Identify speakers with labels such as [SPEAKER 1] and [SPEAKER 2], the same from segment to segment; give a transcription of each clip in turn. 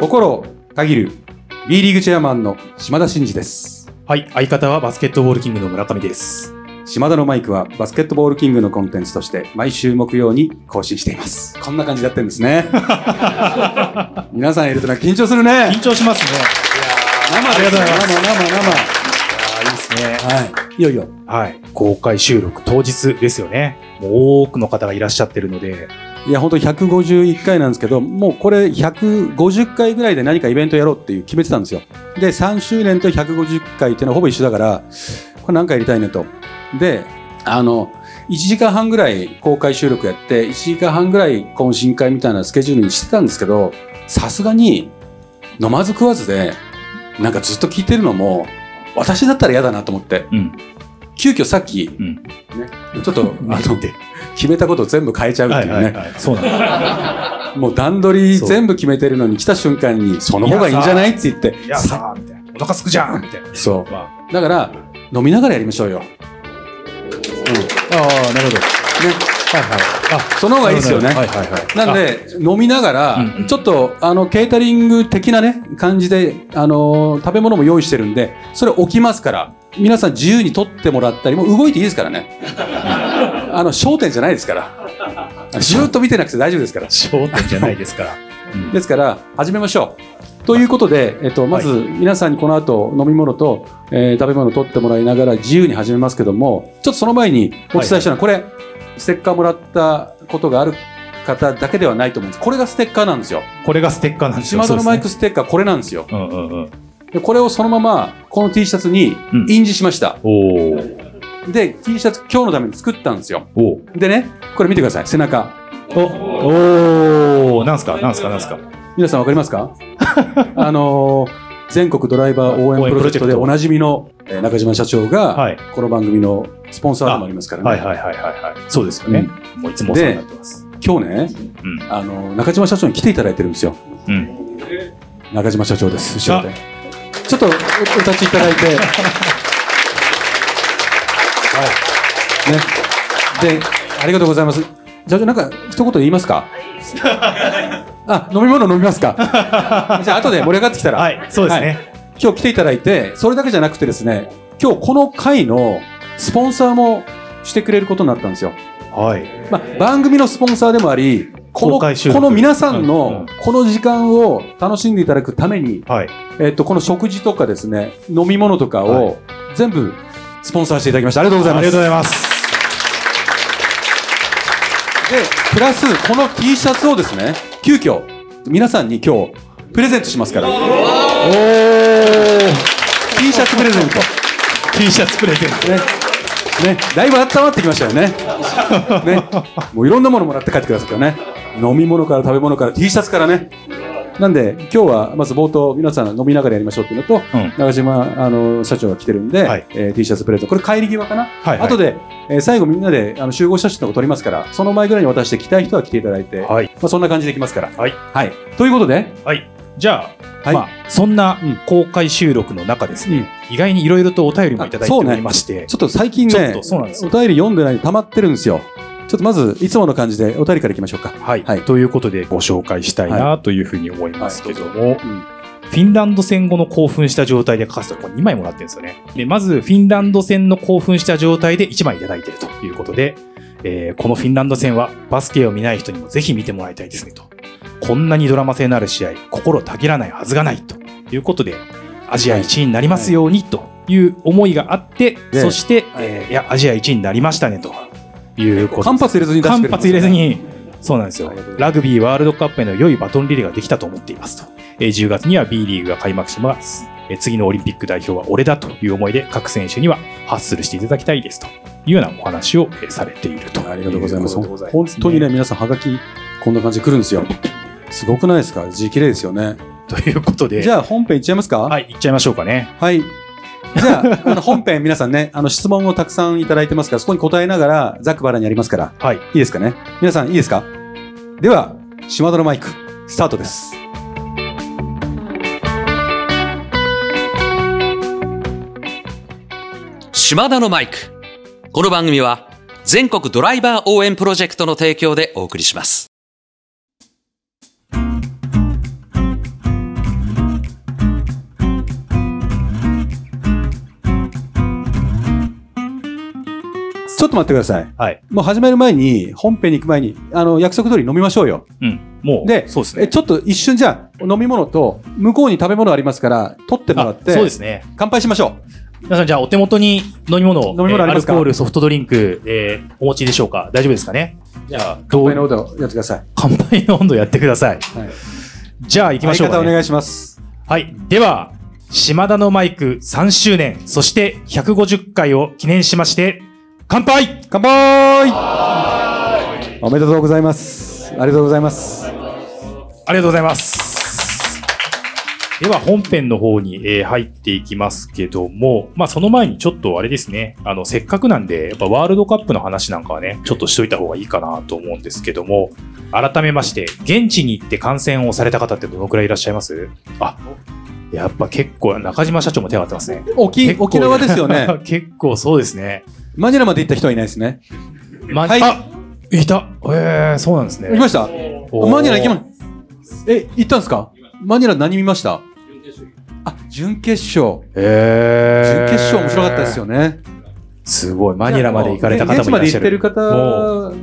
[SPEAKER 1] 心を限る B リーグチェアマンの島田真二です
[SPEAKER 2] はい、相方はバスケットボールキングの村上です。
[SPEAKER 1] 島田のマイクはバスケットボールキングのコンテンツとして毎週木曜に更新していますこんな感じでやってるんです ね皆さんいるとなんか緊張するね
[SPEAKER 2] 緊張しますね。
[SPEAKER 1] 生ですよ生生
[SPEAKER 2] いいですね。
[SPEAKER 1] 生はいいよいよ
[SPEAKER 2] はい、公開収録当日ですよね。もう多くの方がいらっしゃってるので、
[SPEAKER 1] いや本当151回なんですけどもうこれ150回ぐらいで何かイベントやろうっていう決めてたんですよで3周年と150回っていうのはほぼ一緒だからこれ何かやりたいねとであの1時間半ぐらい公開収録やって1時間半ぐらい懇親会みたいなスケジュールにしてたんですけどさすがに飲まず食わずでなんかずっと聞いてるのも私だったら嫌だなと思って
[SPEAKER 2] うん、
[SPEAKER 1] 急遽さっき、
[SPEAKER 2] ん
[SPEAKER 1] ね、ちょっとあ
[SPEAKER 2] あの
[SPEAKER 1] の決めたことを全部変えちゃうっていうね、
[SPEAKER 2] はい、そうなんで
[SPEAKER 1] もう段取り
[SPEAKER 2] そう
[SPEAKER 1] 全部決めてるのに来た瞬間にその方がいいんじゃないって言って
[SPEAKER 2] す。いやさあみたいな、お腹すくじゃんみたいな。
[SPEAKER 1] そ
[SPEAKER 2] あ
[SPEAKER 1] うだから飲みながらやりましょうよ、
[SPEAKER 2] あ、なるほど。
[SPEAKER 1] ね、
[SPEAKER 2] はいはい。あ、
[SPEAKER 1] その方がいいですよね
[SPEAKER 2] はいはいはい。
[SPEAKER 1] なんで飲みながら
[SPEAKER 2] うんうん
[SPEAKER 1] ちょっとあのケータリング的なね感じであのー食べ物も用意してるんでそれ置きますから皆さん自由に取ってもらったりもう動いていいですから ねあの焦点じゃないですから ずーっと見てなくて大丈夫ですから
[SPEAKER 2] あ、焦点じゃないですから。うん
[SPEAKER 1] ですから始めましょう。ということで、えっと、まず皆さんにこの後飲み物と、えー食べ物を取ってもらいながら自由に始めますけどもちょっとその前にお伝えしたのはこれ、ステッカーもらったことがある方だけではないと思うんですこれがステッカーなんですよ
[SPEAKER 2] これがステッカーなんですよ。
[SPEAKER 1] 島田のマイ
[SPEAKER 2] そ
[SPEAKER 1] クステッカーこれなんですよ
[SPEAKER 2] うですね。うんうんうん。
[SPEAKER 1] でこれをそのままこの T シャツに
[SPEAKER 2] うん
[SPEAKER 1] 印字しました、
[SPEAKER 2] おー
[SPEAKER 1] で T シャツ今日のために作ったんですよ
[SPEAKER 2] おー
[SPEAKER 1] でねこれ見てください背中
[SPEAKER 2] おおーなんすかなんすかなんすか
[SPEAKER 1] 皆さんわかります かあのー全国ドライバー応援プロジェクトでおなじみのえー中島社長が、
[SPEAKER 2] はい
[SPEAKER 1] この番組のスポンサーでもありますからね、
[SPEAKER 2] はいはいはいはいはい。そうですよね。もういつもお世話になってます。
[SPEAKER 1] 今日ね
[SPEAKER 2] うん。
[SPEAKER 1] あの中島社長に来ていただいてるんですよ
[SPEAKER 2] うん。
[SPEAKER 1] 中島社長です後ろでちょっとおお立ちいただい てはいねでありがとうございます社長なんか一言言いますか あ飲み物飲みます かじゃあ後で盛り上がってきたら
[SPEAKER 2] はい、そうですね。
[SPEAKER 1] 今日来ていただいて、それだけじゃなくてですね、今日この回のスポンサーもしてくれることになったんですよ。
[SPEAKER 2] はい。
[SPEAKER 1] まあ、番組のスポンサーでもあり、この
[SPEAKER 2] 公開収録
[SPEAKER 1] この皆さん
[SPEAKER 2] うんう
[SPEAKER 1] の
[SPEAKER 2] ん
[SPEAKER 1] この時間を楽しんでいただくために、
[SPEAKER 2] はい。
[SPEAKER 1] えっと、この食事とかですね、飲み物とか
[SPEAKER 2] は
[SPEAKER 1] を全部スポンサーしていただきました。ありがとうござい
[SPEAKER 2] あ
[SPEAKER 1] ま
[SPEAKER 2] り
[SPEAKER 1] す。
[SPEAKER 2] がとうございます。
[SPEAKER 1] で、プラスこの T シャツをですね、急遽皆さんに今日プレゼントしますから。T シャツプレゼント。
[SPEAKER 2] T シャツプレゼント。
[SPEAKER 1] ね、ね、だいぶ温まってきましたよね。ね、もういろんなものもらって帰ってくださいからね。飲み物から食べ物から T シャツからね。なんで今日はまず冒頭皆さん飲みながらやりましょうっていうのと、
[SPEAKER 2] うん
[SPEAKER 1] 長島あの社長が来てるんで、
[SPEAKER 2] はい
[SPEAKER 1] えー T シャツプレゼントこれ帰り際かな、
[SPEAKER 2] はいはい
[SPEAKER 1] 後で、えー最後みんなであの集合写真とか撮りますからその前ぐらいに渡して来たい人は来ていただいて、
[SPEAKER 2] はい
[SPEAKER 1] まあ、そんな感じでいきますから、
[SPEAKER 2] はい
[SPEAKER 1] ということで、
[SPEAKER 2] はい。じゃあ、
[SPEAKER 1] はい
[SPEAKER 2] まあ、そんな
[SPEAKER 1] うん
[SPEAKER 2] 公開収録の中です
[SPEAKER 1] う
[SPEAKER 2] ね、
[SPEAKER 1] ん
[SPEAKER 2] 意外にいろいろとお便りもいただいておりまして、
[SPEAKER 1] ちょっと最近
[SPEAKER 2] ちょっ
[SPEAKER 1] ね
[SPEAKER 2] とそうなんです
[SPEAKER 1] お
[SPEAKER 2] よ
[SPEAKER 1] 便り読んでない溜まってるんですよちょっとまずいつもの感じでお便りからいきましょうか
[SPEAKER 2] はい、
[SPEAKER 1] はい
[SPEAKER 2] ということでご紹介したいなというふうに思いますけども、
[SPEAKER 1] うん
[SPEAKER 2] フィンランド戦後の興奮した状態で書かせたこれ2枚もらってるんですよね。で、まず、フィンランド戦の興奮した状態で1枚いただいてるということで、えーこのフィンランド戦はバスケを見ない人にもぜひ見てもらいたいですねと。こんなにドラマ性のある試合、心たぎらないはずがないということで、アジア1位になりますようにという思いがあって、
[SPEAKER 1] で
[SPEAKER 2] そして、えーいや、アジア1位になりましたねということ
[SPEAKER 1] 間
[SPEAKER 2] です
[SPEAKER 1] 髪入れずに出して
[SPEAKER 2] 間
[SPEAKER 1] くれるんで
[SPEAKER 2] 髪
[SPEAKER 1] す
[SPEAKER 2] 入
[SPEAKER 1] よ
[SPEAKER 2] れず
[SPEAKER 1] ね
[SPEAKER 2] に、そうなんですよ。ラグビーワールドカップへの良いバトンリレーができたと思っていますと。えー10月には B リーグが開幕します。えー次のオリンピック代表は俺だという思いで各選手にはハッスルしていただきたいですというようなお話をえーされていると
[SPEAKER 1] ありがとうございます。
[SPEAKER 2] うことで
[SPEAKER 1] 本当にね、
[SPEAKER 2] ね。
[SPEAKER 1] 皆さん、はがき、こんな感じで来るんですよ。すごくないですか字綺麗ですよね。
[SPEAKER 2] ということで、
[SPEAKER 1] じゃあ、本編いっちゃいますか。
[SPEAKER 2] はいい、行っちゃいましょうかね。
[SPEAKER 1] はい。じゃあ、 あの本編、皆さんね、あの、質問をたくさんいただいてますから、そこに答えながら、ざっくばらんにありますから、
[SPEAKER 2] はい。
[SPEAKER 1] いいですかね。皆さん、いいですかでは、島田のマイク、スタートです。
[SPEAKER 3] 島田のマイク。この番組は全国ドライバー応援プロジェクトの提供でお送りします。
[SPEAKER 1] ちょっと待ってください。
[SPEAKER 2] はい。
[SPEAKER 1] もう始める前に、本編に行く前に、あの、約束通り飲みましょうよ。
[SPEAKER 2] うん。もう、
[SPEAKER 1] で
[SPEAKER 2] そうですね。
[SPEAKER 1] え、ちょっと一瞬じゃあ、飲み物と、向こうに食べ物ありますから、取ってもらっ
[SPEAKER 2] あ
[SPEAKER 1] て、
[SPEAKER 2] そうですね。
[SPEAKER 1] 乾杯しましょ
[SPEAKER 2] 皆さん、じゃあ、お手元に飲み物を、
[SPEAKER 1] 飲み物ありますか
[SPEAKER 2] えーアルコール、ソフトドリンク、えーお持ちでしょうか大丈夫ですかねじゃあ、
[SPEAKER 1] う。
[SPEAKER 2] ど
[SPEAKER 1] お前の
[SPEAKER 2] う
[SPEAKER 1] ことをやってください。
[SPEAKER 2] 乾杯の温度やってください。
[SPEAKER 1] はい
[SPEAKER 2] じゃあ、行きましょう
[SPEAKER 1] 相方
[SPEAKER 2] か、
[SPEAKER 1] お
[SPEAKER 2] ね。
[SPEAKER 1] 願いします。
[SPEAKER 2] はい。では、島田のマイク3周年、そして150回を記念しまして、乾杯
[SPEAKER 1] 乾杯おめでとうございます。ありがとうございます。
[SPEAKER 2] ありがとうございます。では本編の方に、えー入っていきますけども、まあその前にちょっとあれですね、あのせっかくなんで、やっぱワールドカップの話なんかはね、ちょっとしといた方がいいかなと思うんですけども、改めまして、現地に行って感染をされた方ってどのくらいいらっしゃいますあ、やっぱ結構中島社長も手を挙げてますね。
[SPEAKER 1] 沖
[SPEAKER 2] 結構
[SPEAKER 1] 沖縄ですよね。。
[SPEAKER 2] 結構そうですね。
[SPEAKER 1] マニラまで行った人はいないですね。
[SPEAKER 2] ま
[SPEAKER 1] はい
[SPEAKER 2] あ、いた。えー、そうなんですね。
[SPEAKER 1] 行きました
[SPEAKER 2] おー
[SPEAKER 1] マニラ行きまえ、行ったんですかマニラ何見ましたあ、準決勝。
[SPEAKER 2] えー
[SPEAKER 1] 準決勝面白かったですよね。
[SPEAKER 2] すごい。マニラまで行かれた方もいらっ
[SPEAKER 1] 現
[SPEAKER 2] しゃる。
[SPEAKER 1] 地まで行ってる方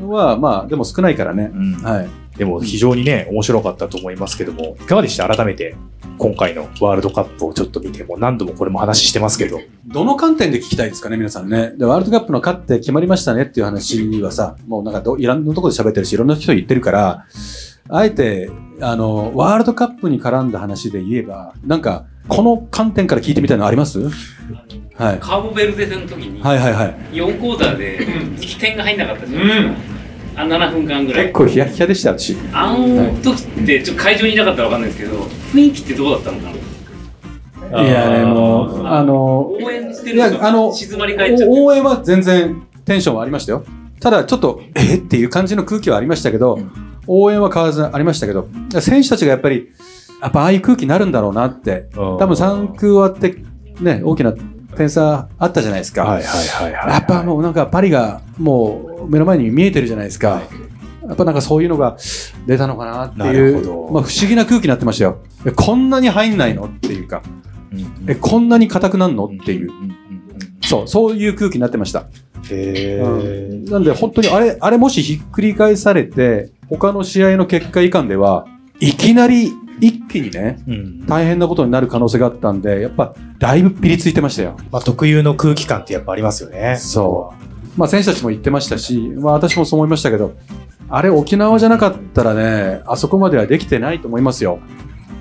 [SPEAKER 1] は、まあ、でも少ないからね。
[SPEAKER 2] うん
[SPEAKER 1] はい。
[SPEAKER 2] でも非常にね、面白かったと思いますけども、いかがでした改めて、今回のワールドカップをちょっと見て、もう何度もこれも話してますけど。
[SPEAKER 1] どの観点で聞きたいですかね、皆さんね。でワールドカップの勝って決まりましたねっていう話はさ、もうなんかどいろんなところで喋ってるし、いろんな人言ってるから、あえて、あの、ワールドカップに絡んだ話で言えば、なんか、この観点から聞いてみたいのありますはい。
[SPEAKER 4] カーボベルデ戦の時に
[SPEAKER 1] はいはいはい。
[SPEAKER 4] 4クォーターで点が入んなかったじゃないですか、あ7分間ぐら
[SPEAKER 1] 結
[SPEAKER 4] い
[SPEAKER 1] 構ヒヤヒヤでした、私。
[SPEAKER 4] あの時ってちょっと会場にいなかったら分かんないですけど雰囲気ってどうだったのかない
[SPEAKER 1] やね、もう、あの、
[SPEAKER 4] 応援して
[SPEAKER 1] い
[SPEAKER 4] る
[SPEAKER 1] や
[SPEAKER 4] の
[SPEAKER 1] あの
[SPEAKER 4] が静まり返っちゃっ
[SPEAKER 1] お
[SPEAKER 4] て
[SPEAKER 1] 応援は全然テンションはありましたよ。ただちょっと、えっていう感じの空気はありましたけど、応援は変わらずありましたけど、選手たちがやっぱり、やっぱああいう空気になるんだろうなって、
[SPEAKER 2] 多
[SPEAKER 1] 多分3区終わって、ね、大きな点差あったじゃないですか。
[SPEAKER 2] はいはいはいはい。
[SPEAKER 1] やっぱもうなんかパリがもう目の前に見えてるじゃないですか。やっぱなんかそういうのが出たのかなってい
[SPEAKER 2] なるほ
[SPEAKER 1] う、
[SPEAKER 2] ど
[SPEAKER 1] まあ、不思議な空気になってましたよ。えこんなに入んないのっていうか、
[SPEAKER 2] うん、
[SPEAKER 1] えこんなに硬くなんのっていう
[SPEAKER 2] う。んうんうん
[SPEAKER 1] そう、そういう空気になってました。
[SPEAKER 2] へ
[SPEAKER 1] うん
[SPEAKER 2] ー
[SPEAKER 1] なんで本当にあれ、あれもしひっくり返されて、他の試合の結果以下では、いきなり一気にね、
[SPEAKER 2] うん
[SPEAKER 1] 大変なことになる可能性があったんで、やっぱだいぶピリついてましたよ。
[SPEAKER 2] まあ、特有の空気感ってやっぱありますよね。
[SPEAKER 1] まあ選手たちも言ってましたし、まあ私もそう思いましたけど、あれ沖縄じゃなかったらね、あそこまではできてないと思いますよ。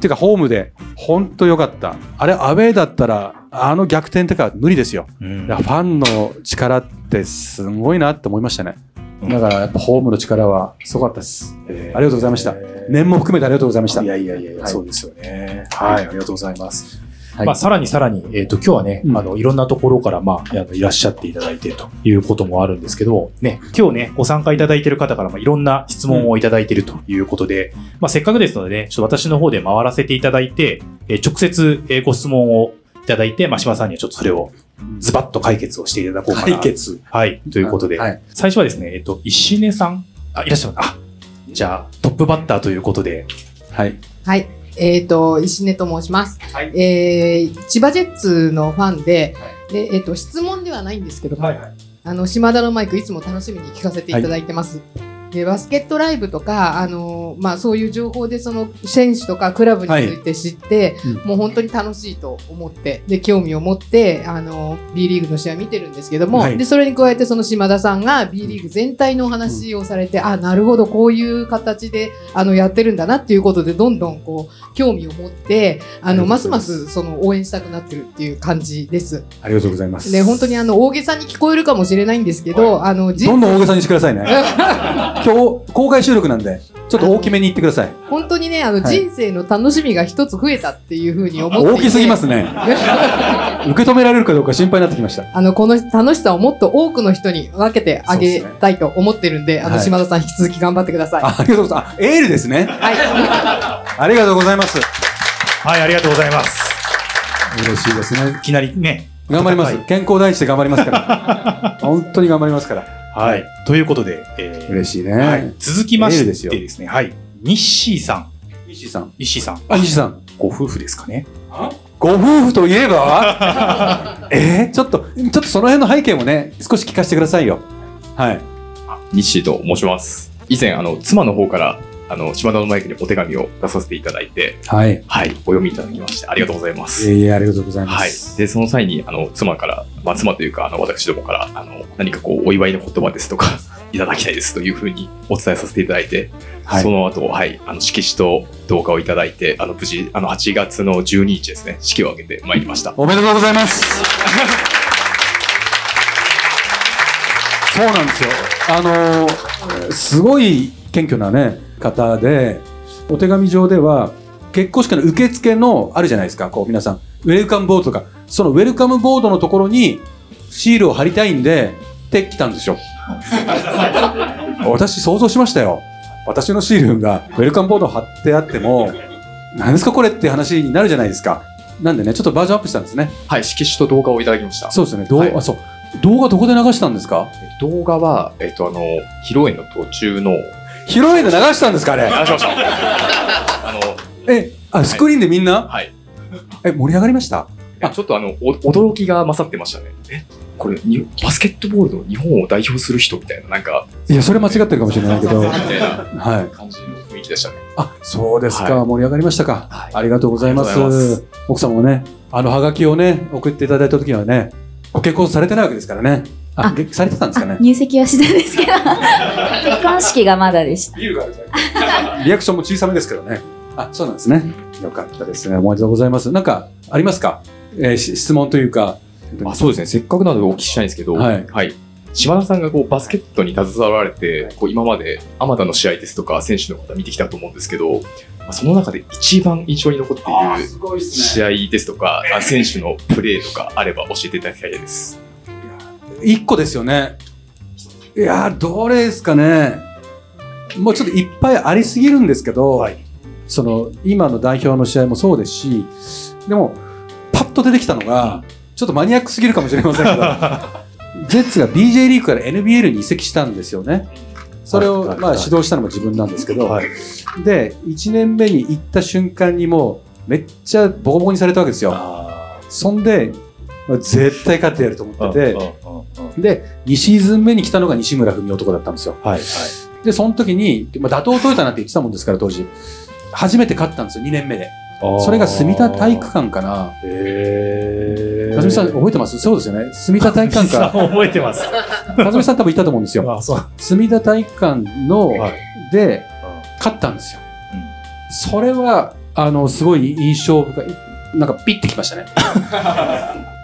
[SPEAKER 1] てかホームで、ほんと良かった。あれアウェーだったら、あの逆転とか無理ですよ。
[SPEAKER 2] う
[SPEAKER 1] い
[SPEAKER 2] ん
[SPEAKER 1] やファンの力ってすごいなって思いましたね。
[SPEAKER 2] うん
[SPEAKER 1] だからやっぱホームの力はすごかったです。
[SPEAKER 2] えー
[SPEAKER 1] ありがとうございました
[SPEAKER 2] えー
[SPEAKER 1] 年も含めてありがとうございました。
[SPEAKER 2] いやいやいやいや、
[SPEAKER 1] はい
[SPEAKER 2] そうですよね。はい、ありがとうございます。
[SPEAKER 1] はい
[SPEAKER 2] まあ、さらにさらに、えっ、と、今日はね、
[SPEAKER 1] うん
[SPEAKER 2] あの、いろんなところから、まあ、あのいらっしゃっていただいてということもあるんですけども、ね、今日ね、ご参加いただいている方から、まあ、いろんな質問をいただいているということで、まあ、せっかくですのでね、ちょっと私の方で回らせていただいて、えー直接、えーご質問をいただいて、まあ、島さんにはちょっとそれをズバッと解決をしていただこうかな。
[SPEAKER 1] 解決。
[SPEAKER 2] はい、ということで、
[SPEAKER 1] はい
[SPEAKER 2] 最初はですね、えっ、と、石根さん、あ、いらっしゃいます。あ、じゃあ、トップバッターということで、
[SPEAKER 1] はい。
[SPEAKER 5] はい。えっ、と、石根と申します。
[SPEAKER 4] はい
[SPEAKER 5] えー千葉ジェッツのファンで、で、えっ、と、質問ではないんですけども、あの、島田のマイクいつも楽しみに聞かせていただいてます。で、バスケットライブとか、あのまあ、そういう情報で、その、選手とかクラブについて知って、
[SPEAKER 1] うん
[SPEAKER 5] もう本当に楽しいと思って、で、興味を持って、あの B リーグの試合見てるんですけども、
[SPEAKER 1] はい
[SPEAKER 5] で、それに加えて、その島田さんが B リーグ全体のお話をされて、あ、なるほど、こういう形で、あの、やってるんだなっていうことで、どんどん、こう、興味を持って、
[SPEAKER 1] あ
[SPEAKER 5] あの、
[SPEAKER 1] りが
[SPEAKER 5] ま
[SPEAKER 1] と
[SPEAKER 5] す
[SPEAKER 1] うございま
[SPEAKER 5] ますす、その、応援したくなってるっていう感じです。
[SPEAKER 1] ありがとうございます。
[SPEAKER 5] で、本当にあの、大げさに聞こえるかもしれないんですけど、あの、人
[SPEAKER 1] どんどん大げさにしてくだ さいね。今日、公開収録なんで、ちょっと大きめに言ってください。
[SPEAKER 5] 本当にね、あの、
[SPEAKER 1] はい
[SPEAKER 5] 人生の楽しみが一つ増えたっていうふうに思っていて。
[SPEAKER 1] 大きすぎます ね。受け止められるかどうか心配になってきました。
[SPEAKER 5] あの、この楽しさをもっと多くの人に分けてあげたいと思ってるんで、あ
[SPEAKER 1] は
[SPEAKER 5] の、
[SPEAKER 1] い
[SPEAKER 5] 島田さん引き続き頑張ってください。
[SPEAKER 1] あありがとうございます。あ、エールですね。
[SPEAKER 5] はい。
[SPEAKER 1] ありがとうございます。
[SPEAKER 2] はい、ありがとうございます。
[SPEAKER 1] 嬉しいですね
[SPEAKER 2] い。きなりね。
[SPEAKER 1] 頑張りま
[SPEAKER 2] 温
[SPEAKER 1] す
[SPEAKER 2] か。
[SPEAKER 1] 健康第一で頑張ります から。本当に頑張りますから。
[SPEAKER 2] い。はい。ということで、えー
[SPEAKER 1] 嬉しいね。
[SPEAKER 2] はい、続きまし
[SPEAKER 1] エー
[SPEAKER 2] て
[SPEAKER 1] ル
[SPEAKER 2] で
[SPEAKER 1] ですすよ
[SPEAKER 2] ね、はい。西井さん。
[SPEAKER 1] 西井さん。
[SPEAKER 2] 西井さん。
[SPEAKER 1] あ、西井さん。
[SPEAKER 2] ご夫婦ですかね。
[SPEAKER 1] ご夫婦とい えばえー、ちょっと、ちょっとその辺の背景もね、少し聞かせてくださいよ。はい。
[SPEAKER 6] 西と申します。以前、あの、妻の方から、あの、島田のマイクにお手紙を出させていただいて、
[SPEAKER 1] はい。
[SPEAKER 6] はい、お読みいただきまして、ありがとうございます。
[SPEAKER 1] ええ、ありがとうございま
[SPEAKER 6] はい
[SPEAKER 1] す。。
[SPEAKER 6] で、その際に、あの、妻から、まあ、妻というか、あの、私どもから、あの、何かこう、お祝いの言葉ですとか、 いただきたいですというふうにお伝えさせていただいて、
[SPEAKER 1] はい
[SPEAKER 6] その後、はい、あの、色紙と動画をいただいて、あの、無事、あの、8月の12日ですね、式を挙げてまいりました。
[SPEAKER 1] おめでとうございます。 そうなんですよ。あのーすごい謙虚なね方で、お手紙上では結婚式の受付のあるじゃないですか。こう皆さんウェルカムボードとか、そのウェルカムボードのところにシールを貼りたいんでって来たんですよ。私想像しましたよ。私のシールがウェルカムボード貼ってあっても、何ですかこれって話になるじゃないですか。なんでね、ちょっとバージョンアップしたんですね。
[SPEAKER 6] はい、色紙と動画をいただきました。
[SPEAKER 1] そうですよね。動画、
[SPEAKER 6] はい
[SPEAKER 1] あそう。動画どこで流したんですか
[SPEAKER 6] 動画は、えっと、あの、披露宴の途中の、
[SPEAKER 1] 披露宴で流したんですかあれ。
[SPEAKER 6] あ、しました。あの、
[SPEAKER 1] え、あ、スクリーンでみんな、
[SPEAKER 6] はい。
[SPEAKER 1] え、盛り上がりましたあ
[SPEAKER 6] ちょっとあの、お驚きが勝ってましたね。え、これ、にバスケットボールの日本を代表する人みたいな、なんか、
[SPEAKER 1] いや、それ間違ってるかもしれないけど。
[SPEAKER 6] み
[SPEAKER 1] は。
[SPEAKER 6] たいない感じの雰囲気でしたね。
[SPEAKER 1] あ、そうですか。
[SPEAKER 6] は
[SPEAKER 1] 盛り上がりましたか。
[SPEAKER 6] はい
[SPEAKER 1] ありがとうございま
[SPEAKER 6] あ
[SPEAKER 1] す。
[SPEAKER 6] りがとうございます
[SPEAKER 1] 奥様もね、あのハガキをね、送っていただいた時にはね、ご結婚されてないわけですからね。あ、
[SPEAKER 7] あ
[SPEAKER 1] げされてたんですか
[SPEAKER 7] あ
[SPEAKER 1] ね。
[SPEAKER 7] 入籍はしたんです けど結婚式がまだでし た
[SPEAKER 1] リアクションも小さめですけどね。あ、そうなんですね。よかったですね。おめでとうございます。なんか、ありますかえーし質問というか。
[SPEAKER 6] あ、そうですね。せっかくなのでお聞きしたいんですけど、
[SPEAKER 1] はい
[SPEAKER 6] 島田さんがこうバスケットに携わられて、こう今まであまたの試合ですとか選手の方見てきたと思うんですけど、まあその中で一番印象に残っている
[SPEAKER 1] ごいで
[SPEAKER 6] 試合ですとか、あ選手のプレーとかあれば教えていただきたいです。
[SPEAKER 1] 一個ですよね。いやー、どれですかね。もうちょっといっぱいありすぎるんですけど、
[SPEAKER 2] はい
[SPEAKER 1] その今の代表の試合もそうですし、でも、パッと出てきたのが、ちょっとマニアックすぎるかもしれませんけど、 ジェッツが BJ リーグから NBL に移籍したんですよね。それ
[SPEAKER 2] は
[SPEAKER 1] を
[SPEAKER 2] い
[SPEAKER 1] まあ指導したのも自分なんですけど、
[SPEAKER 2] はい
[SPEAKER 1] で、1年目に行った瞬間にもう、めっちゃボコボコにされたわけですよ。
[SPEAKER 2] あ
[SPEAKER 1] そんで、絶対勝ってやると思
[SPEAKER 2] ー
[SPEAKER 1] ってて
[SPEAKER 2] うん、うんうん
[SPEAKER 1] で、2シーズン目に来たのが西村文男だったんですよ。
[SPEAKER 2] はいはい
[SPEAKER 1] で、その時に、まあ、打倒を取れたなんて言ってたもんですから、当時。初めて勝ったんですよ、2年目で。それが住田体育館かな。
[SPEAKER 2] へえ
[SPEAKER 1] かずみさん、覚えてますそうですよね。住田体育館 か。
[SPEAKER 2] 覚えてます
[SPEAKER 1] かずみさん多分行ったと思うんですよ。
[SPEAKER 2] あそう
[SPEAKER 1] 住田体育館の、
[SPEAKER 2] はい
[SPEAKER 1] で
[SPEAKER 2] うん、
[SPEAKER 1] 勝ったんですよ。それは、あの、すごい印象深い。なんか、ピッてきました ね。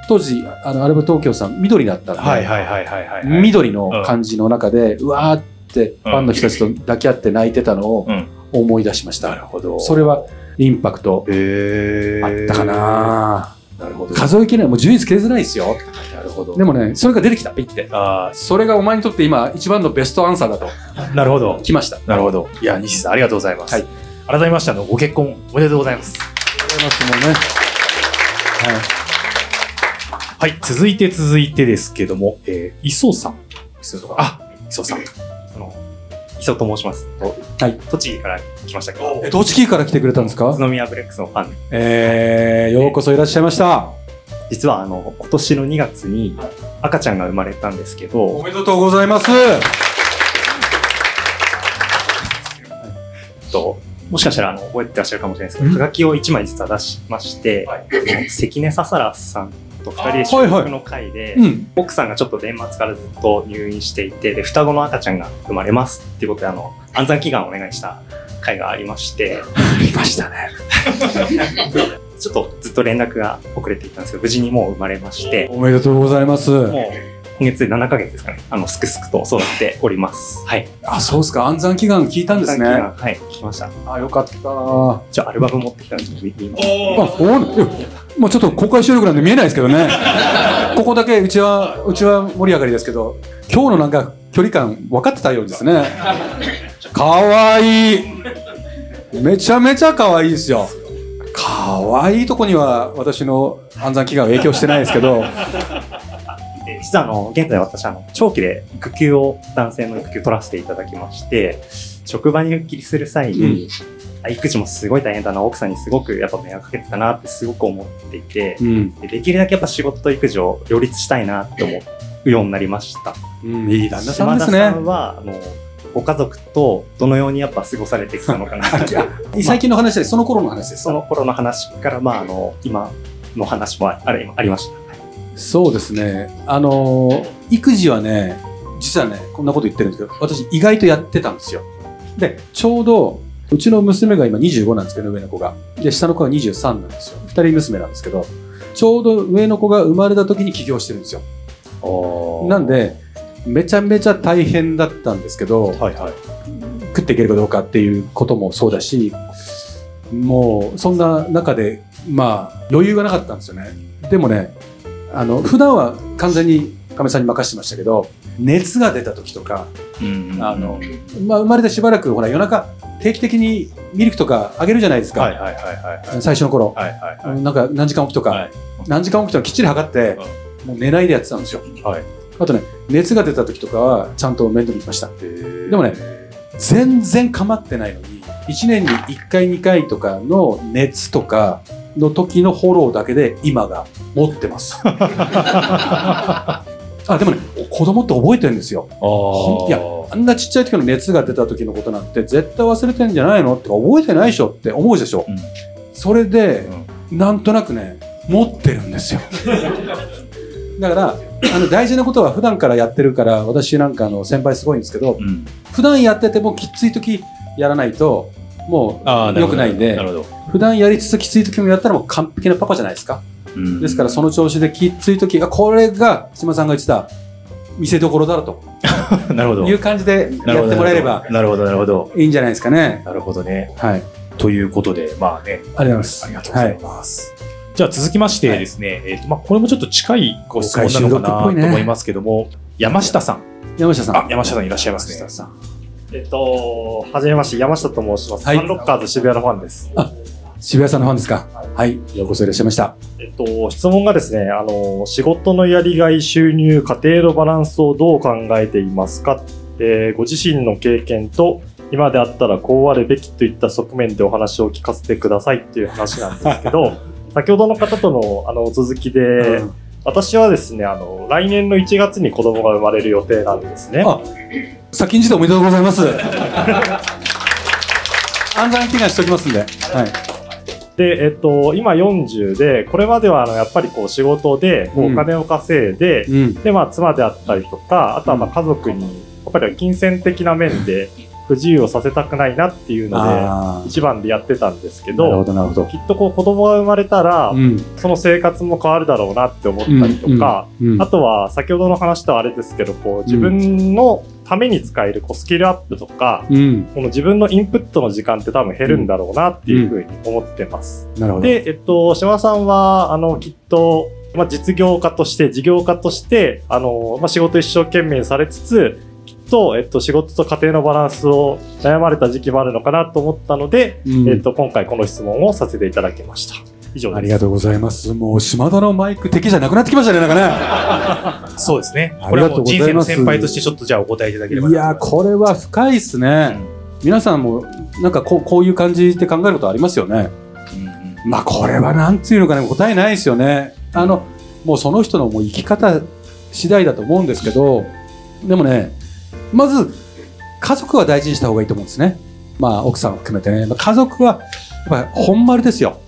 [SPEAKER 1] 当時、あの、アルバ東京さん、緑だったんで。
[SPEAKER 2] はいはいはいはいはいはい
[SPEAKER 1] 緑の感じの中で、うわーってファンの人たちと抱き合って泣いてたのを
[SPEAKER 2] うん
[SPEAKER 1] 思い出しました、
[SPEAKER 2] なるほど
[SPEAKER 1] それはインパクト
[SPEAKER 2] へ
[SPEAKER 1] あったかな、
[SPEAKER 2] なるほど
[SPEAKER 1] 数えきれないもう順位つけづらいですよ
[SPEAKER 2] なるほど
[SPEAKER 1] でもねそれが出てきたピッて
[SPEAKER 2] あ
[SPEAKER 1] それがお前にとって今一番のベストアンサーだと
[SPEAKER 2] ーなるほど
[SPEAKER 1] 来ましたあり
[SPEAKER 2] なるほどいや西さんありがとうございます、
[SPEAKER 1] はい
[SPEAKER 2] 改めましてあのご結婚おめでとうございます
[SPEAKER 1] がとうございますもうねはい
[SPEAKER 2] はい、続いて続いてですけども、えー、磯さん。あ、磯さん。
[SPEAKER 8] あの、磯と申します。
[SPEAKER 1] はい。
[SPEAKER 8] 栃木から来ましたけど、
[SPEAKER 1] え栃木から来てくれたんです
[SPEAKER 8] 宇
[SPEAKER 1] か
[SPEAKER 8] 都宮ブレックスのファンで。
[SPEAKER 1] えー、ようこそいらっしゃいました
[SPEAKER 8] 実はあの、今年の2月に赤ちゃんが生まれたんですけ
[SPEAKER 1] お
[SPEAKER 8] ど、
[SPEAKER 1] めでとうございます
[SPEAKER 8] えっともしかしたらあの覚えてらっしゃるかもしれないですけど、はがきを1枚実は出しまして、あの関根ささらさんと2人で収録の回で、
[SPEAKER 1] うん
[SPEAKER 8] 奥さんがちょっと年末からずっと入院していて、で、双子の赤ちゃんが生まれますっていうことで、あの、安産祈願をお願いした回がありまして。 ありましたね。 ちょっとずっと連絡が遅れていたんですけど、無事にもう生まれまして、
[SPEAKER 1] おめでとうございます
[SPEAKER 8] もう今月で7ヶ月ですかね、あの、すくすくと育っております。はい。
[SPEAKER 1] あそうですか安産祈願聞いたんですね
[SPEAKER 8] 安産祈願はい、聞きました。
[SPEAKER 1] あよかった
[SPEAKER 8] じゃあアルバム持ってきたんで、ちょっと見見ます。
[SPEAKER 1] あ、そうなんいやまあちょっと公開収録なんで見えないですけど ね。ここだけうちは、うちは盛り上がりですけど、今日のなんか距離感分かってたようですね。かわいい。めちゃめちゃかわいいですよ。かわいいとこには私の暗算祈願は影響してないですけど、
[SPEAKER 8] で実はあの、現在私、あの、長期で育休を、男性の育休取らせていただきまして、職場に復帰する際に、あ育児もすごい大変だな、奥さんにすごくやっぱ迷惑かけてたなってすごく思っていて、
[SPEAKER 1] うん、
[SPEAKER 8] でできるだけやっぱ仕事と育児を両立したいなって思っようになりました。
[SPEAKER 1] うん、いい旦那さん
[SPEAKER 8] 島
[SPEAKER 1] で
[SPEAKER 8] 田
[SPEAKER 1] す
[SPEAKER 8] さ
[SPEAKER 1] ね
[SPEAKER 8] ん。は、あの、ご家族とどのようにやっぱ過ごされてきたの かなと
[SPEAKER 1] 最近の話でその頃の話です
[SPEAKER 8] そ。の頃の話から、まあ、あの、今の話もああれありました。
[SPEAKER 1] そうですね。あのー育児はね、実はね、こんなこと言ってるんですけど、私意外とやってたんですよ。で、ちょうど、うちの娘が今25なんですけど、上の子が。で、下の子が23なんですよ。二人娘なんですけど、ちょうど上の子が生まれた時に起業してるんですよ。なんで、めちゃめちゃ大変だったんですけど、
[SPEAKER 2] はいはい。
[SPEAKER 1] 食っていけるかどうかっていうこともそうだしもうそんな中でまあ余裕がなかったんですよねでもねあの普段は完全に亀井さんに任せてましたけど熱が出た時とか、あのまあ、生まれてしばらくほら夜中定期的にミルクとかあげるじゃないですか、
[SPEAKER 2] はいはいはいはい。
[SPEAKER 1] 最初の頃、
[SPEAKER 2] はいはいはい。
[SPEAKER 1] なんか何時間起きとか、
[SPEAKER 2] はい
[SPEAKER 1] 何時間起きとかきっちり測って、もう寝ないでやってたんですよ、
[SPEAKER 2] はい
[SPEAKER 1] あとね熱が出た時とかはちゃんと面倒見ました
[SPEAKER 2] で
[SPEAKER 1] でもね、全然構ってないのに1年に1回2回とかの熱とかの時のフォローだけで今が持ってますあでもね子供って覚えてるんですよほんいやあんなちっちゃい時の熱が出た時のことなんて絶対忘れてんじゃないのってか覚えてないでしょって思うでしょ、
[SPEAKER 2] うん
[SPEAKER 1] それで、なんとなくね持ってるんです よだからあの大事なことは普段からやってるから私なんかあの先輩すごいんですけど、
[SPEAKER 2] うん。
[SPEAKER 1] 普段やっててもきつい時やらないとも
[SPEAKER 2] ああ、
[SPEAKER 1] う良くないんで
[SPEAKER 2] なるほど。
[SPEAKER 1] 普段やりつつきつい時もやったらもう完璧なパパじゃないですか、
[SPEAKER 2] うん
[SPEAKER 1] ですからその調子できつい時がこれが島さんが言ってた見せどころだろと
[SPEAKER 2] なるほど。
[SPEAKER 1] いう感じで
[SPEAKER 2] なる
[SPEAKER 1] や
[SPEAKER 2] ほ
[SPEAKER 1] っ
[SPEAKER 2] ど
[SPEAKER 1] てもらえれば
[SPEAKER 2] なるほど、なるほど。
[SPEAKER 1] いいんじゃないですかね
[SPEAKER 2] なるほどね。
[SPEAKER 1] はい
[SPEAKER 2] ということで、まあね、
[SPEAKER 1] ありがとうございます
[SPEAKER 2] ありがとうございます。じゃあ続きましてですね、えっ、と、まあ、これもちょっと近いご質問な
[SPEAKER 1] 公
[SPEAKER 2] の
[SPEAKER 1] 開収録っぽ
[SPEAKER 2] か
[SPEAKER 1] い
[SPEAKER 2] な
[SPEAKER 1] ね
[SPEAKER 2] と思いますけども、山下さん。
[SPEAKER 1] はい、山下さん
[SPEAKER 2] あ、山下さんいらっしゃいます
[SPEAKER 1] 山
[SPEAKER 2] ね
[SPEAKER 1] 下。さん
[SPEAKER 8] えっと、はじめまして、山下と申します。
[SPEAKER 1] はい
[SPEAKER 8] サンロッカーズ渋谷のファンです。
[SPEAKER 1] 渋谷さんのファンですかはいようこそいらっしゃいました
[SPEAKER 8] えっと、質問がですね、あの、仕事のやりがい、収入、家庭のバランスをどう考えていますか、えーご自身の経験と、今であったらこうあるべきといった側面でお話を聞かせてくださいっていう話なんです けど、先ほどの方とのあの続きで、
[SPEAKER 1] うん
[SPEAKER 8] 私はですね、あの、来年の1月に子供が生まれる予定なんですね。
[SPEAKER 1] あ先んじておめでとうございます安産祈願しておきますんで、はい、
[SPEAKER 8] で、えっと、今40で、これまではあのやっぱりこう仕事でこうお金を稼いで、
[SPEAKER 1] うん
[SPEAKER 8] で、まあ、妻であったりとか、あとはまあ家族に、やっぱり金銭的な面で不自由をさせたくないなっていうの
[SPEAKER 1] あ
[SPEAKER 8] で、
[SPEAKER 1] ー
[SPEAKER 8] 一番でやってたんですけ
[SPEAKER 1] なるほ
[SPEAKER 8] ど、
[SPEAKER 1] どなるほど
[SPEAKER 8] きっとこう子供が生まれたら、
[SPEAKER 1] うん
[SPEAKER 8] その生活も変わるだろうなって思ったりとか、
[SPEAKER 1] うんうん
[SPEAKER 8] あとは先ほどの話とはあれですけど、こう自分のために使えるこうスキルアップとか、
[SPEAKER 1] うん、
[SPEAKER 8] この自分のインプットの時間って多分減るんだろうなっていうふうに思ってます。
[SPEAKER 1] なるほど。
[SPEAKER 8] で、えっと、島さんは、あの、きっと、まあ、実業家として、事業家として、あの、まあ、仕事一生懸命されつつ、きっと、えっと、仕事と家庭のバランスを悩まれた時期もあるのかなと思ったので、
[SPEAKER 1] うん
[SPEAKER 8] えっと、今回この質問をさせていただきました。以上です。
[SPEAKER 1] ありがとうございます。もう島田のマイク的じゃなくなってきましたね、なんか
[SPEAKER 2] そうですね。
[SPEAKER 1] あ
[SPEAKER 2] こ
[SPEAKER 1] り
[SPEAKER 2] れ
[SPEAKER 1] が
[SPEAKER 2] は
[SPEAKER 1] とう
[SPEAKER 2] もう
[SPEAKER 1] ござい
[SPEAKER 2] 人
[SPEAKER 1] ます
[SPEAKER 2] 生の先輩としてちょっとじゃあお答えいただければ
[SPEAKER 1] ね。いやー、これは深いですね。皆さんも、なんかこうこういう感じで考えることありますよね。まあ、これはなんていうのかね、答えないですよね。あの、もうその人のもう生き方次第だと思うんですけど、でもね、まず、家族は大事にした方がいいと思うんですね。まあ、奥さんを含めてね。まあ家族は、やっぱり本丸ですよ。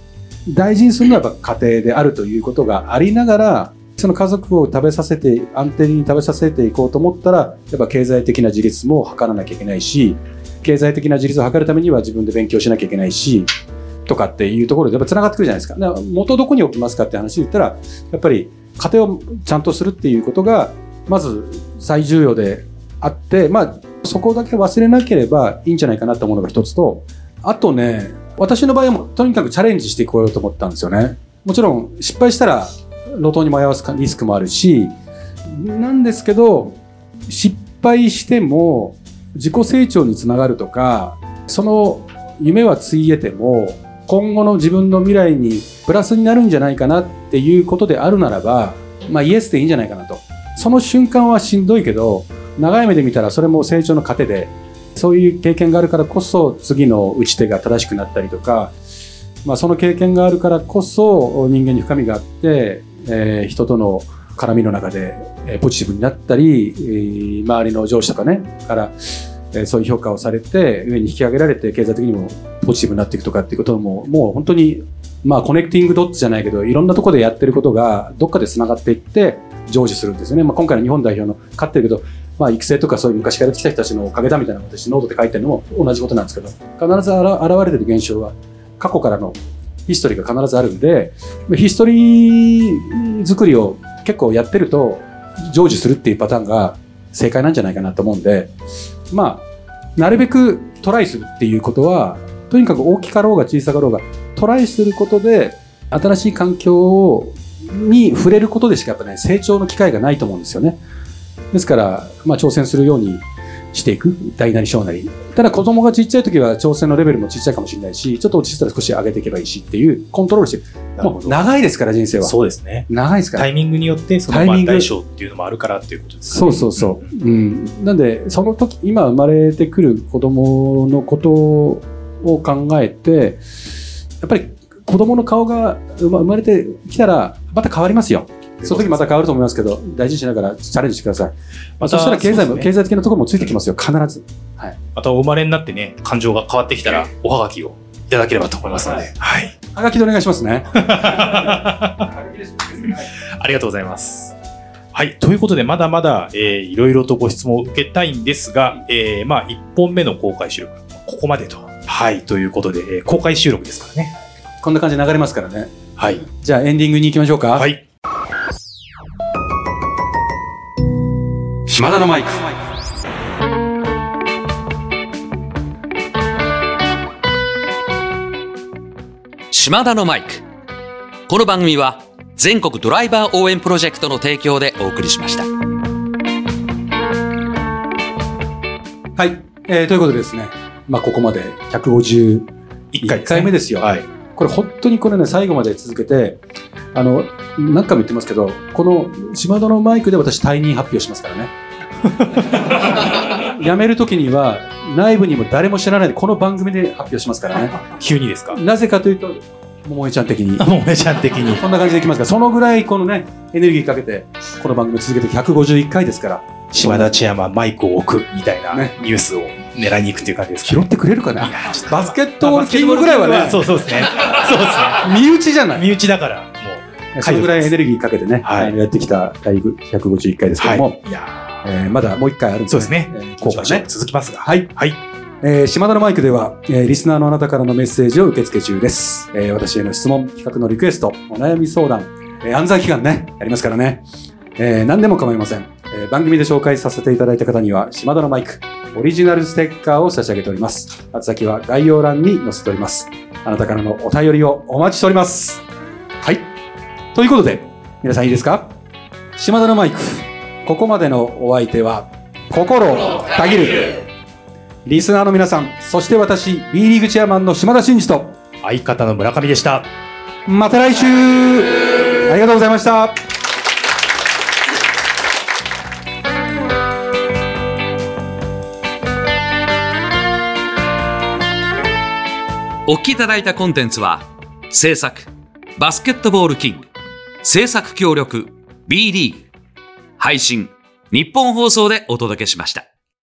[SPEAKER 1] 大事にするのはやっぱ家庭であるということがありながら、その家族を食べさせて、安定に食べさせていこうと思ったら、やっぱ経済的な自立も図らなきゃいけないし、経済的な自立を図るためには自分で勉強しなきゃいけないし、とかっていうところでやっぱ繋がってくるじゃないですか。だから元どこに置きますかって話で言ったら、やっぱり家庭をちゃんとするっていうことが、まず最重要であって、まあ、そこだけ忘れなければいいんじゃないかなと思うのが一つと、あとね、私の場合はもうとにかくチャレンジしていこうよと思ったんですよね。もちろん失敗したら路頭に迷わすリスクもあるし、なんですけど、失敗しても自己成長につながるとか、その夢はついえても、今後の自分の未来にプラスになるんじゃないかなっていうことであるならば、まあイエスでいいんじゃないかなと。その瞬間はしんどいけど、長い目で見たらそれも成長の糧で、そういう経験があるからこそ次の打ち手が正しくなったりとか、まあ、その経験があるからこそ人間に深みがあって、えー人との絡みの中で、えーポジティブになったり、えー周りの上司とかねから、えーそういう評価をされて上に引き上げられて経済的にもポジティブになっていくとかっていうことももう本当にまあコネクティングドッツじゃないけどいろんなところでやってることがどっかでつながっていって成就するんですよね、まあ、今回の日本代表の勝ってるけど、まあ、育成とかそういう昔からやってきた人たちのおかげだみたいなことしてノートで書いてるのも同じことなんですけど必ずあら現れてる現象は過去からのヒストリーが必ずあるんでヒストリー作りを結構やってると成就するっていうパターンが正解なんじゃないかなと思うんでまあなるべくトライするっていうことはとにかく大きかろうが小さかろうがトライすることで新しい環境をに触れることでしかやっぱね成長の機会がないと思うんですよねですから、まあ、挑戦するようにしていく大なり小なりただ子供がちっちゃい時は挑戦のレベルもちっちゃいかもしれないしちょっと落ち着いたら少し上げていけばいいしっていうコントロールしてる
[SPEAKER 2] なる
[SPEAKER 1] も
[SPEAKER 2] ほ
[SPEAKER 1] う
[SPEAKER 2] ど。
[SPEAKER 1] 長いですから人生は
[SPEAKER 2] そうですね。
[SPEAKER 1] 長いですから
[SPEAKER 2] タイミングによって、その
[SPEAKER 1] タイミング
[SPEAKER 2] まあ大小っていうのもあるからっていうことです
[SPEAKER 1] そうそうそう、うん、なんでその時今生まれてくる子供のことを考えてやっぱり子供の顔が生ま生まれてきたらまた変わりますよその時また変わると思いますけど大事にしながらチャレンジしてください、
[SPEAKER 2] ま
[SPEAKER 1] そしたら経済も、
[SPEAKER 2] そうですね
[SPEAKER 1] 経済的なところもついてきますよ必ず
[SPEAKER 2] またお生まれになってね、感情が変わってきたら、おはがきをいただければと思いますので。はい。
[SPEAKER 1] はがきでお願いしますね
[SPEAKER 2] ありがとうございます。はい。ということで、まだまだ、えー、いろいろとご質問を受けたいんですが、えー、まあ、1本目の公開収録、ここまでと。はい。ということで、えー公開収録ですからね。
[SPEAKER 1] こんな感じで流れますからね
[SPEAKER 2] はい。
[SPEAKER 1] じゃあエンディングに行きましょうか
[SPEAKER 2] はい。
[SPEAKER 1] 島田のマイク。
[SPEAKER 3] 島田のマイクこの番組は全国ドライバー応援プロジェクトの提供でお送りしました
[SPEAKER 1] はい、えーということでですね、まあ、ここまで151
[SPEAKER 2] 1回です、ね。
[SPEAKER 1] 回目ですよ、
[SPEAKER 2] はい。
[SPEAKER 1] これ本当にこれね最後まで続けてあの何回も言ってますけどこの島田のマイクで私退任発表しますから ね辞める時には内部にも誰も知らないでこの番組で発表しますからね
[SPEAKER 2] 急にですか
[SPEAKER 1] なぜかというと桃江ちゃん的 に
[SPEAKER 2] あもうめちゃん的に。
[SPEAKER 1] そんな感じでいきますがそのぐらいこのねエネルギーかけてこの番組続けて151回ですから
[SPEAKER 2] 島田千山マイクを置くみたいな
[SPEAKER 1] ね
[SPEAKER 2] ニュースを狙いに行くっていう感じですか
[SPEAKER 1] 拾ってくれるかなバスケットボールキングぐらいはね
[SPEAKER 2] そうそう ですね。そうです
[SPEAKER 1] 身内じゃない
[SPEAKER 2] ね。身内だから、もう。
[SPEAKER 1] それぐらいエネルギーかけてね、
[SPEAKER 2] はい
[SPEAKER 1] あのやってきた第151回ですけども、
[SPEAKER 2] はい。いや
[SPEAKER 1] えーまだもう一回あるんで
[SPEAKER 2] ーそうですね
[SPEAKER 1] えー。
[SPEAKER 2] 公
[SPEAKER 1] 今回
[SPEAKER 2] 開収
[SPEAKER 1] ね
[SPEAKER 2] 録。続きますが。
[SPEAKER 1] はい。
[SPEAKER 2] はい。
[SPEAKER 1] えー島田のマイクでは、えーリスナーのあなたからのメッセージを受け付け中です。えー私への質問、企画のリクエスト、お悩み相談、えー、暗算祈願ね、やりますからね。えー何でも構いません、えー番組で紹介させていただいた方には、島田のマイク、オリジナルステッカーを差し上げております。宛先は概要欄に載せております。あなたからのお便りをお待ちしております。はい。ということで、皆さんいいですか島田のマイク、ここまでのお相手は、心をたぎる。リスナーの皆さん、そして私、B リーグチェアマンの島田真二と、
[SPEAKER 2] 相方の村上でした。
[SPEAKER 1] また来週ありがとうございました
[SPEAKER 3] お聞きいただいたコンテンツは制作バスケットボールキング制作協力 B リーグ配信日本放送でお届けしました